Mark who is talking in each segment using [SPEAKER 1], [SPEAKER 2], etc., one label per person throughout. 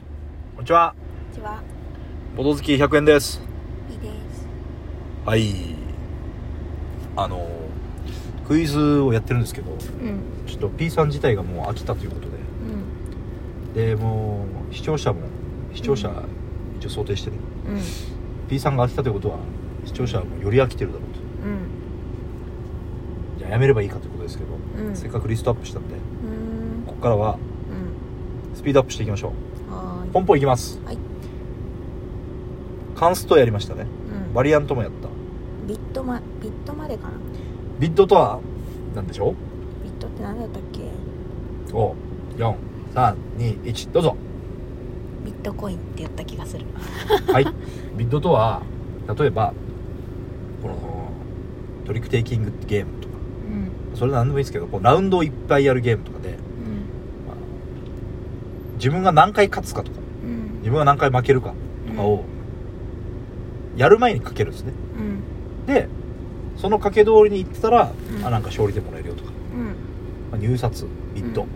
[SPEAKER 1] ちは
[SPEAKER 2] こんにちは、
[SPEAKER 1] ボト好き100円です
[SPEAKER 2] いいです。
[SPEAKER 1] はいあのクイズをやってるんですけど
[SPEAKER 2] うん、
[SPEAKER 1] ちょっと P さん自体がもう飽きたということ
[SPEAKER 2] うん、
[SPEAKER 1] ででもう視聴者も視聴者一応想定してね、
[SPEAKER 2] うん、
[SPEAKER 1] P さんが飽きたということは視聴者はもうより飽きてるだろうと
[SPEAKER 2] うん、
[SPEAKER 1] じゃあやめればいいかということですけど、
[SPEAKER 2] うん
[SPEAKER 1] せっかくリストアップしたんで
[SPEAKER 2] うん
[SPEAKER 1] こ、こからはスピードアップしていきましょ
[SPEAKER 2] うん、
[SPEAKER 1] う
[SPEAKER 2] はー
[SPEAKER 1] ポ
[SPEAKER 2] い。
[SPEAKER 1] ンポンいきます、
[SPEAKER 2] はい
[SPEAKER 1] カンストやりましたね
[SPEAKER 2] うん
[SPEAKER 1] バリアントもやった
[SPEAKER 2] ビットま、ビットまでかな。
[SPEAKER 1] ビットとは何でしょ
[SPEAKER 2] ビットって何だったっけ。
[SPEAKER 1] う54321どう ぞ
[SPEAKER 2] ビットコインって言った気がする。
[SPEAKER 1] はいビットとは例えばこのトリックテイキングってゲームとか
[SPEAKER 2] うん、
[SPEAKER 1] それなんでもいいですけどこうラウンドをいっぱいやるゲームとかで、
[SPEAKER 2] うん、
[SPEAKER 1] まあ自分が何回勝つかとか
[SPEAKER 2] うん、
[SPEAKER 1] 自分が何回負けるかとかをやる前にかけるんですね
[SPEAKER 2] うん、
[SPEAKER 1] でその賭け通りに行ってたら、
[SPEAKER 2] うん
[SPEAKER 1] あなんか勝利でもらえるよとか、
[SPEAKER 2] うん、
[SPEAKER 1] まあ入札ビットって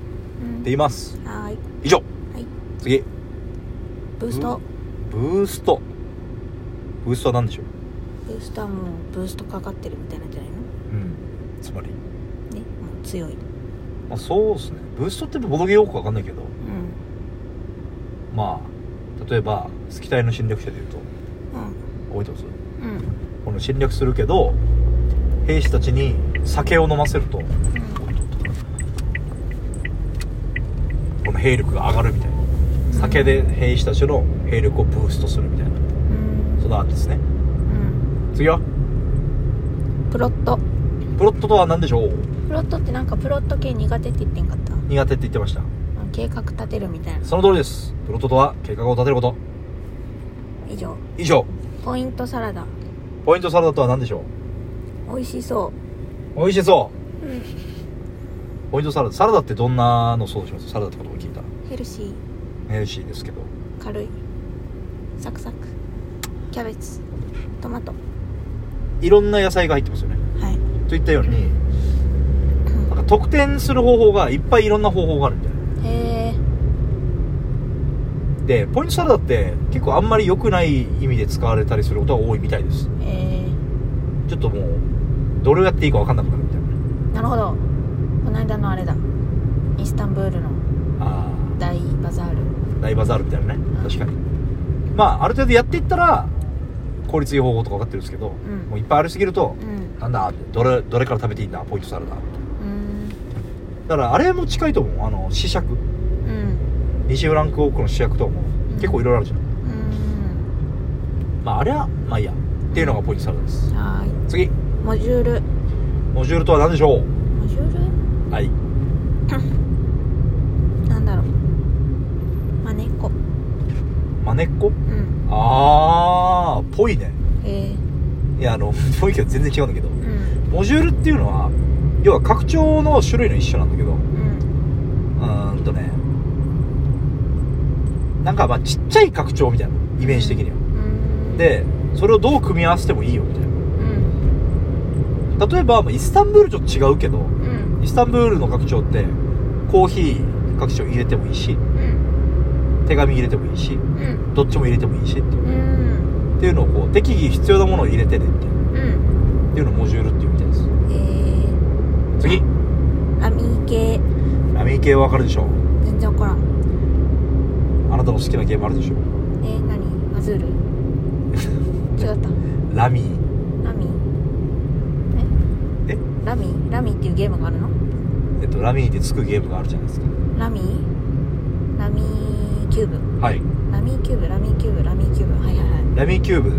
[SPEAKER 2] うん、
[SPEAKER 1] 言います
[SPEAKER 2] はーい。
[SPEAKER 1] 以上、
[SPEAKER 2] い
[SPEAKER 1] 次
[SPEAKER 2] ブースト、
[SPEAKER 1] ブーストブーストは何でしょう、
[SPEAKER 2] ブーストはもうブーストかかってるみたいなんじゃないの。
[SPEAKER 1] うん、つまり、
[SPEAKER 2] ね、もう強い。
[SPEAKER 1] まあ、そうですねブーストってボドゲよくわかんないけど
[SPEAKER 2] うん、
[SPEAKER 1] まあ例えばスキタイの侵略者でいうと覚えてます
[SPEAKER 2] うん、うん、
[SPEAKER 1] この侵略するけど兵士たちに酒を飲ませるとこの兵力が上がるみたいな酒で兵士たちの兵力をブーストするみたいな
[SPEAKER 2] うん、
[SPEAKER 1] そのアートですね
[SPEAKER 2] うん、
[SPEAKER 1] 次は
[SPEAKER 2] プロット。
[SPEAKER 1] プロットとは何でしょう
[SPEAKER 2] プロットってなんかプロット系苦手って言ってんかった。
[SPEAKER 1] 苦手って言ってました
[SPEAKER 2] 計画立てるみたいな。
[SPEAKER 1] その通りですプロットとは計画を立てること
[SPEAKER 2] 以上。
[SPEAKER 1] 以上
[SPEAKER 2] ポイントサラダ
[SPEAKER 1] ポイントサラダとは何でしょ
[SPEAKER 2] 美味しそう
[SPEAKER 1] 美味しそう
[SPEAKER 2] う、
[SPEAKER 1] うポイントサラダサラダってどんなの想像しますサラダってことを聞いたら
[SPEAKER 2] ヘルシー
[SPEAKER 1] ヘルシーですけど
[SPEAKER 2] 軽いサクサクキャベツトマト
[SPEAKER 1] いろんな野菜が入ってますよね
[SPEAKER 2] はい
[SPEAKER 1] といったようになんか得点する方法がいっぱいいろんな方法があるみたいな
[SPEAKER 2] へえ
[SPEAKER 1] でポイントサラダって結構あんまり良くない意味で使われたりすることが多いみたいです
[SPEAKER 2] え
[SPEAKER 1] ちょっともうどれをやっていいか分かんなくなるみたい
[SPEAKER 2] ー、なるほどこの間のあれだイスタンブールの
[SPEAKER 1] なあ
[SPEAKER 2] 大バザール
[SPEAKER 1] ーライバザールみたいなね確かにまあある程度やっていったら効率いい方法とか分かってるんですけど、
[SPEAKER 2] ん
[SPEAKER 1] もういっぱいありすぎると
[SPEAKER 2] うん
[SPEAKER 1] なんだどれどれから食べていいんだポイントサラダ
[SPEAKER 2] うん
[SPEAKER 1] だからあれも近いと思うあの試食
[SPEAKER 2] うん
[SPEAKER 1] 西フランクオークの試食とかも
[SPEAKER 2] ん
[SPEAKER 1] 結構いろいろあるじゃん、
[SPEAKER 2] うん
[SPEAKER 1] まああれはまあいいやっていうのがポイントサラダです
[SPEAKER 2] はー
[SPEAKER 1] 次
[SPEAKER 2] いモジュール
[SPEAKER 1] モジュールとは何でしょう
[SPEAKER 2] モジュー
[SPEAKER 1] はい
[SPEAKER 2] ルなんだろうまねっこ
[SPEAKER 1] まねっこ
[SPEAKER 2] うん
[SPEAKER 1] ああぽいね
[SPEAKER 2] え
[SPEAKER 1] いやあの ぽいけど全然違うんだけど
[SPEAKER 2] ー、うん
[SPEAKER 1] モジュールっていうのは要は拡張の種類の一種なんだけどう
[SPEAKER 2] うん
[SPEAKER 1] ーんとねなんかまあちっちゃい拡張みたいなイメージ的には
[SPEAKER 2] うん
[SPEAKER 1] でそれをどう組み合わせてもいいよみたい
[SPEAKER 2] うん
[SPEAKER 1] な例えば、まあイスタンブールちょっと違うけど
[SPEAKER 2] うん
[SPEAKER 1] イスタンブールの拡張ってコーヒー拡張入れてもいいし
[SPEAKER 2] うん
[SPEAKER 1] 手紙入れてもいいし
[SPEAKER 2] うん
[SPEAKER 1] どっちも入れてもいいしって
[SPEAKER 2] うん
[SPEAKER 1] っていうのをこう適宜必要なものを入れてねって
[SPEAKER 2] うん
[SPEAKER 1] っていうのをモジュールっていうみたいです
[SPEAKER 2] えー、
[SPEAKER 1] 次
[SPEAKER 2] アミー系
[SPEAKER 1] ラミー系はわかるでしょう
[SPEAKER 2] 全然わからん
[SPEAKER 1] あなたの好きなゲームあるでしょ
[SPEAKER 2] えー、何アズール違った
[SPEAKER 1] ラミー
[SPEAKER 2] ラミー
[SPEAKER 1] え
[SPEAKER 2] ラミーラミーっていうゲームがあるの
[SPEAKER 1] えっとラミーでつくゲームがあるじゃないですか
[SPEAKER 2] ラミーラミーキューブ
[SPEAKER 1] はい
[SPEAKER 2] ラミーキューブラミーキューブラミーキューブはいはい
[SPEAKER 1] ラミーキューブっ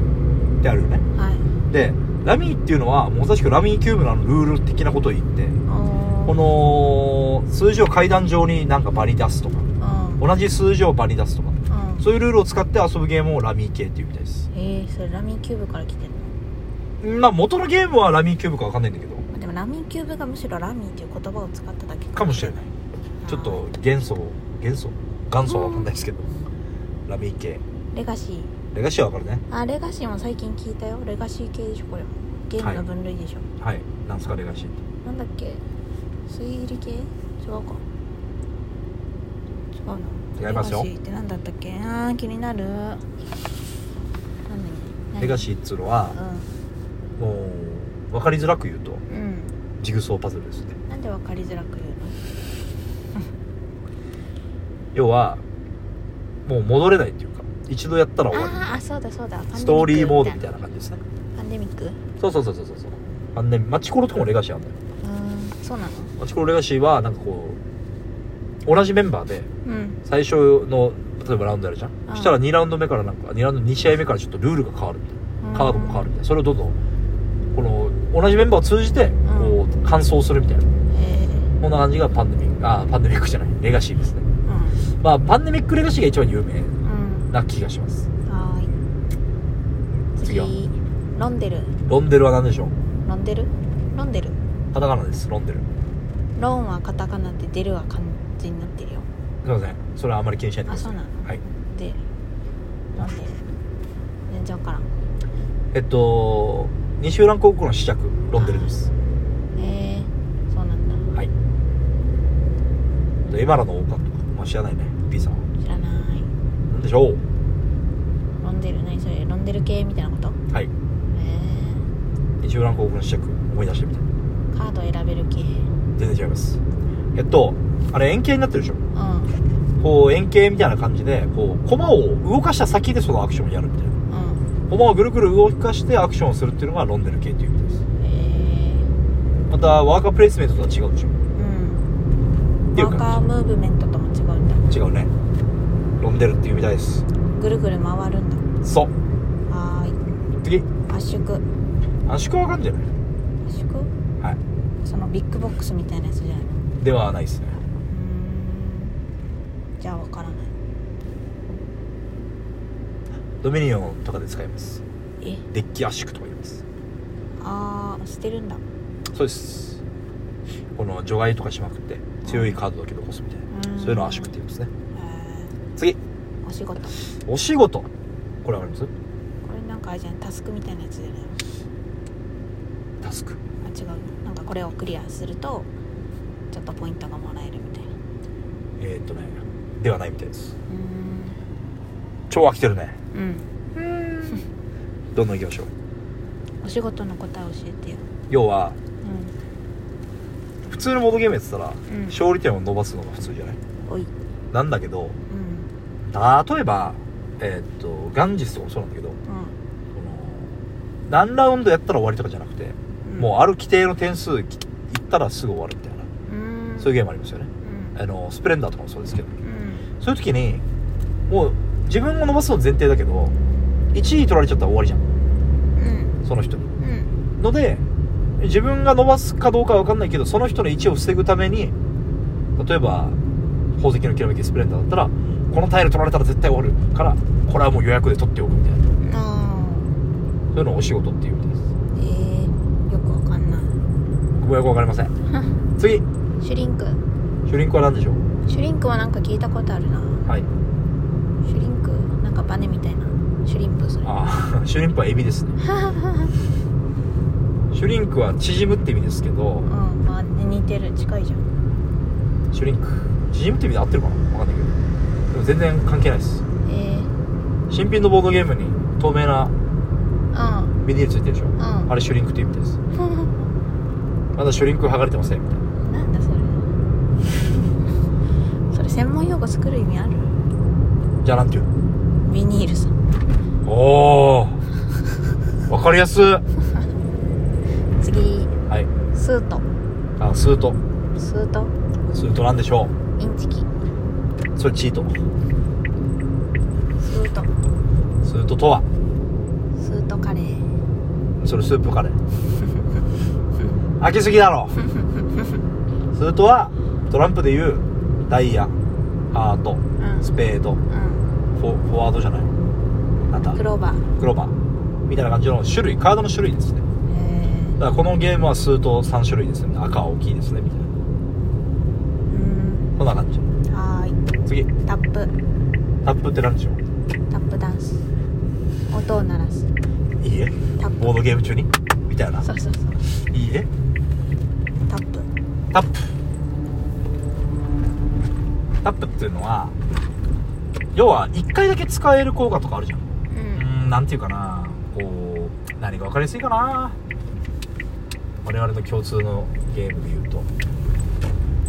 [SPEAKER 1] てあるよね
[SPEAKER 2] はいはい
[SPEAKER 1] でラミーっていうのはもうまさしくラミーキューブのあのルール的なことを言って
[SPEAKER 2] お
[SPEAKER 1] こ
[SPEAKER 2] ー
[SPEAKER 1] の数字を階段上になんか場に出すとか
[SPEAKER 2] うん
[SPEAKER 1] 同じ数字を場に出すとか
[SPEAKER 2] うん
[SPEAKER 1] そういうルールを使って遊ぶゲームをラミー系っていうみたいです
[SPEAKER 2] えー、それラミーキューブから来てんの
[SPEAKER 1] まあ元のゲームはラミーキューブかわかんないんだけど
[SPEAKER 2] でもラミーキューブがむしろラミーっていう言葉を使っただけ
[SPEAKER 1] かもしれないちょっと元素元素元祖はわかんないですけどラミー系
[SPEAKER 2] レガシー
[SPEAKER 1] レガシーはわかるね
[SPEAKER 2] あレガシーも最近聞いたよレガシー系でしょこれもゲームの分類でしょ、
[SPEAKER 1] はいなんすかレガシーって
[SPEAKER 2] なんだっけ推理系違うか違うな
[SPEAKER 1] 違いますよ
[SPEAKER 2] レガシーって何だったっけあー気になるなんだっけ
[SPEAKER 1] レガシーっつうのはもう分かりづらく言うと
[SPEAKER 2] うん、うん
[SPEAKER 1] ジグソーパズルですね
[SPEAKER 2] なんで分かりづらく言うの
[SPEAKER 1] 要はもう戻れないっていうか一度やったら終わ
[SPEAKER 2] あーあそうだそうだパンデ
[SPEAKER 1] り
[SPEAKER 2] ミック
[SPEAKER 1] ストーリーモードみた
[SPEAKER 2] い
[SPEAKER 1] いな感じですね
[SPEAKER 2] なパンデミックう
[SPEAKER 1] そうそうそうそうそうそうあのねマチコロとかもレガシーあんだよ
[SPEAKER 2] ーんそうなの
[SPEAKER 1] マチコロレガシーはなんかこう同じメンバーで
[SPEAKER 2] うん
[SPEAKER 1] 最初の例えばラウンドやるじゃん
[SPEAKER 2] うん
[SPEAKER 1] そしたら2ラウンド目からなんか2ラウンド2試合目からちょっとルールが変わるみたいなカードも変わるみたいなそれをどんどんこの同じメンバーを通じてこう完走するみたいな
[SPEAKER 2] え
[SPEAKER 1] こんな感じがパンデミックあパンデミックじゃないレガシーですね
[SPEAKER 2] ー、
[SPEAKER 1] まあパンデミックレガシーが一番有名
[SPEAKER 2] うん
[SPEAKER 1] な気がします
[SPEAKER 2] うんはーい
[SPEAKER 1] 次は
[SPEAKER 2] 次ロンデル
[SPEAKER 1] ロンデルは何でしょう
[SPEAKER 2] ロンデルロンデル
[SPEAKER 1] カタカナですロンデル
[SPEAKER 2] ロンはカタカナでデルは漢字になってるよ
[SPEAKER 1] すいませんそれはあまり気にしないでく
[SPEAKER 2] あ
[SPEAKER 1] だ
[SPEAKER 2] そ
[SPEAKER 1] さ
[SPEAKER 2] う
[SPEAKER 1] い
[SPEAKER 2] なの
[SPEAKER 1] はい
[SPEAKER 2] でロンデル全然分からん
[SPEAKER 1] えっと西浦高校の試着ロンデルです
[SPEAKER 2] えー、そうなんだ
[SPEAKER 1] はいエマラの王冠とか、まあ、知らないね P さんは
[SPEAKER 2] 知らない
[SPEAKER 1] なんでしょう
[SPEAKER 2] ロンデル何それロンデル系みたいなこと
[SPEAKER 1] はい
[SPEAKER 2] えー、
[SPEAKER 1] 西浦高校の試着思い出してみて
[SPEAKER 2] カード選べる系う
[SPEAKER 1] 全然違いますえっとあれ円形になってるでしょ
[SPEAKER 2] ん
[SPEAKER 1] こう円形みたいな感じでこう駒を動かした先でそのアクションをやるみたいな
[SPEAKER 2] うん
[SPEAKER 1] 駒をぐるぐる動かしてアクションをするっていうのがロンデル系っていう意味です
[SPEAKER 2] え
[SPEAKER 1] またワーカープレイスメントとは違うでしょ
[SPEAKER 2] ー、うん
[SPEAKER 1] っていう
[SPEAKER 2] マーカー
[SPEAKER 1] 感
[SPEAKER 2] ムーブメントとも違うんだ
[SPEAKER 1] じ違うねロンデルっていうみたいです
[SPEAKER 2] ぐるぐる回るんだ
[SPEAKER 1] そう
[SPEAKER 2] はーい
[SPEAKER 1] 次
[SPEAKER 2] 圧縮圧
[SPEAKER 1] 圧縮はわかんじゃない
[SPEAKER 2] 縮
[SPEAKER 1] はい
[SPEAKER 2] そのビッグボックスみたいなやつじゃないのう
[SPEAKER 1] ではないですね
[SPEAKER 2] ーんじゃあわからない
[SPEAKER 1] ドミニオンとかで使います
[SPEAKER 2] え
[SPEAKER 1] デッキ圧縮とか言います
[SPEAKER 2] あー捨てるんだ
[SPEAKER 1] そうですこの除外とかしまくって強いカードだけ残すみたい
[SPEAKER 2] うん
[SPEAKER 1] なそういうのを圧縮って言うんですね
[SPEAKER 2] えー、
[SPEAKER 1] 次
[SPEAKER 2] お仕事こ
[SPEAKER 1] お仕事これわかります
[SPEAKER 2] れなんかあれじゃんタスクみたいなやつじゃないの
[SPEAKER 1] タスク
[SPEAKER 2] あ違うなんかこれをクリアするとちょっとポイントがもらえるみたいなう
[SPEAKER 1] えー、っとねではないみたいです
[SPEAKER 2] ーん
[SPEAKER 1] 超飽きてるね
[SPEAKER 2] うん
[SPEAKER 1] どんどん行きましょう
[SPEAKER 2] お仕事の答え教えてよ
[SPEAKER 1] 要は
[SPEAKER 2] う
[SPEAKER 1] 普通のボードゲームやってたら、
[SPEAKER 2] ん
[SPEAKER 1] 勝利点を伸ばすのが普通じゃない
[SPEAKER 2] んおい
[SPEAKER 1] なんだけど
[SPEAKER 2] うん
[SPEAKER 1] 例えばえーっとガンジスとかもそうなんだけど
[SPEAKER 2] う
[SPEAKER 1] この何ラウンドやったら終わりとかじゃなくて、
[SPEAKER 2] ん
[SPEAKER 1] もうある規定の点数いったらすぐ終わるみたいな、
[SPEAKER 2] うーん
[SPEAKER 1] そういうゲームありますよね
[SPEAKER 2] うん
[SPEAKER 1] あのスプレンダーとかもそうですけど
[SPEAKER 2] うん
[SPEAKER 1] そういう時にもう自分を伸ばすの前提だけど1位取られちゃったら終わりじゃん
[SPEAKER 2] うん
[SPEAKER 1] その人に
[SPEAKER 2] うん
[SPEAKER 1] ので自分が伸ばすかどうかは分かんないけどその人の位置を防ぐために例えば宝石のきらめきスプレンダーだったらこのタイル取られたら絶対終わるからこれはもう予約で取っておくみたいな
[SPEAKER 2] あ
[SPEAKER 1] そういうのをお仕事っていうみたいです
[SPEAKER 2] ーえー、よくわか んない
[SPEAKER 1] 僕もよく分かりません次シ
[SPEAKER 2] シュリンク
[SPEAKER 1] ュリンクは何でしょう
[SPEAKER 2] シュリンクはなんか聞いたことあるな
[SPEAKER 1] はい
[SPEAKER 2] シュリンクなんかバネみたいなシュリンプそれ
[SPEAKER 1] ああシュリンプはエビですねシュリンクは縮むって意味ですけど
[SPEAKER 2] うんまあ似てる近いじゃん
[SPEAKER 1] シュリンク縮むって意味で合ってるかな分かんないけどでも全然関係ないです
[SPEAKER 2] え
[SPEAKER 1] 新品のボードゲームに透明な
[SPEAKER 2] ー、うん
[SPEAKER 1] ビニールついてるでしょ
[SPEAKER 2] うん
[SPEAKER 1] あれシュリンクっていう意味ですまだシュリンク剥がれてませんみたいな
[SPEAKER 2] なんだそれ それ専門用語作る意味ある
[SPEAKER 1] じゃあなんていうの
[SPEAKER 2] ビニールさ
[SPEAKER 1] おお 分かりやすいは
[SPEAKER 2] 次
[SPEAKER 1] い
[SPEAKER 2] スート
[SPEAKER 1] あスート
[SPEAKER 2] スート
[SPEAKER 1] スートなんでしょ
[SPEAKER 2] インチキ
[SPEAKER 1] うそれチート
[SPEAKER 2] スート
[SPEAKER 1] スートとは
[SPEAKER 2] スートカレー
[SPEAKER 1] それスープカレー飽きすぎだろスートはトランプでいうダイヤハート
[SPEAKER 2] うん
[SPEAKER 1] スペードフ
[SPEAKER 2] う
[SPEAKER 1] ォフォワードじゃないなんだ
[SPEAKER 2] んクローバー
[SPEAKER 1] クローバーみたいな感じの種類カードの種類ですね
[SPEAKER 2] え
[SPEAKER 1] だからこのゲームはスート3種類ですね赤青黄ですねみたいな
[SPEAKER 2] ー、うん
[SPEAKER 1] そんな感じ
[SPEAKER 2] はーい
[SPEAKER 1] 次
[SPEAKER 2] タップ
[SPEAKER 1] タップって何でしょう
[SPEAKER 2] タップダンス音を鳴らす
[SPEAKER 1] いいえ
[SPEAKER 2] タップ
[SPEAKER 1] ボードゲーム中にみたいな
[SPEAKER 2] そうそうそう
[SPEAKER 1] いいえ
[SPEAKER 2] タップ
[SPEAKER 1] タップタップっていうのは要は1回だけ使える効果とかあるじゃんう
[SPEAKER 2] う
[SPEAKER 1] ー
[SPEAKER 2] ん
[SPEAKER 1] んなんていうかなこう何が分かりやすいかな我々の共通のゲームで言うと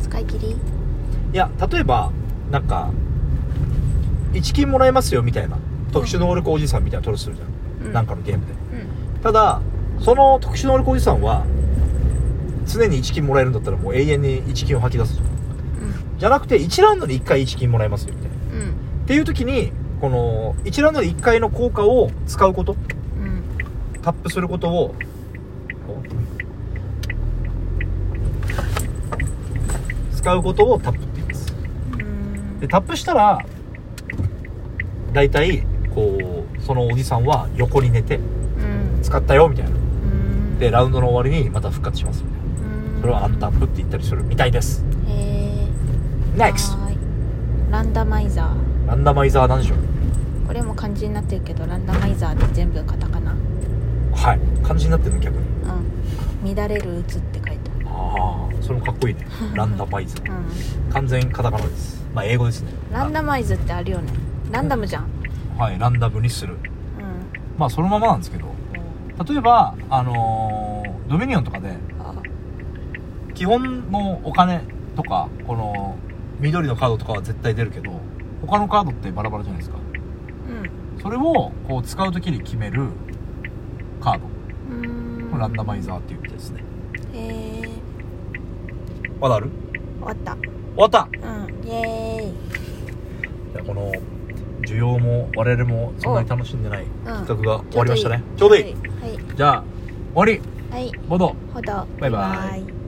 [SPEAKER 2] 使い切り
[SPEAKER 1] いや例えばなんか1金もらえますよみたいな特殊能力おじさんみたいなの取るとするじゃん、
[SPEAKER 2] うん
[SPEAKER 1] なんかのゲームで
[SPEAKER 2] うん
[SPEAKER 1] ただその特殊能力おじさんは常に1金もらえるんだったらもう永遠に1金を吐き出すじゃんじゃなくて1ラウンドに1回1金もらえますよみたいな
[SPEAKER 2] うんうん
[SPEAKER 1] っていう時にこの1ラウンドで1回の効果を使うこと
[SPEAKER 2] うん
[SPEAKER 1] タップすることを使うことをタップって言います
[SPEAKER 2] うん
[SPEAKER 1] でタップしたら大体こうそのおじさんは横に寝て
[SPEAKER 2] うん
[SPEAKER 1] 使ったよみたいな
[SPEAKER 2] うん
[SPEAKER 1] でラウンドの終わりにまた復活しますみたいな
[SPEAKER 2] うん
[SPEAKER 1] それはアンタップって言ったりするみたいです
[SPEAKER 2] へえ
[SPEAKER 1] NEXT
[SPEAKER 2] はーいランダマイザー
[SPEAKER 1] ランダマイザーなんでしょう
[SPEAKER 2] これも漢字になってるけどランダマイザーって全部カタカナ
[SPEAKER 1] はい漢字になってるの逆に
[SPEAKER 2] うん乱れる打つって書いて
[SPEAKER 1] ああそれもかっこいいねランダマイザ
[SPEAKER 2] ある
[SPEAKER 1] ー
[SPEAKER 2] う
[SPEAKER 1] 完全カタカナですまあ英語ですね
[SPEAKER 2] んランダマイズってあるよねランダムじゃん
[SPEAKER 1] はいランダムにする
[SPEAKER 2] うん
[SPEAKER 1] まあそのままなんですけど例えばあのードミニオンとかで
[SPEAKER 2] あ
[SPEAKER 1] 基本のお金とかこの緑のカードとかは絶対出るけど他のカードってバラバラじゃないですか
[SPEAKER 2] う
[SPEAKER 1] それをこう使う時に決めるカード
[SPEAKER 2] んうーん
[SPEAKER 1] ランダマイザーっていうみたいですね
[SPEAKER 2] へえ
[SPEAKER 1] まだある
[SPEAKER 2] 終わった
[SPEAKER 1] 終わった
[SPEAKER 2] うんイエーイ
[SPEAKER 1] じゃあこの需要も我々もそんなに楽しんでない企画が終わりましたねち
[SPEAKER 2] ち
[SPEAKER 1] ょ
[SPEAKER 2] ょ
[SPEAKER 1] うど
[SPEAKER 2] うど
[SPEAKER 1] い
[SPEAKER 2] い
[SPEAKER 1] い
[SPEAKER 2] い哎
[SPEAKER 1] じゃあ終わり
[SPEAKER 2] はいはい
[SPEAKER 1] ボド
[SPEAKER 2] ほど
[SPEAKER 1] バイバイ
[SPEAKER 2] イ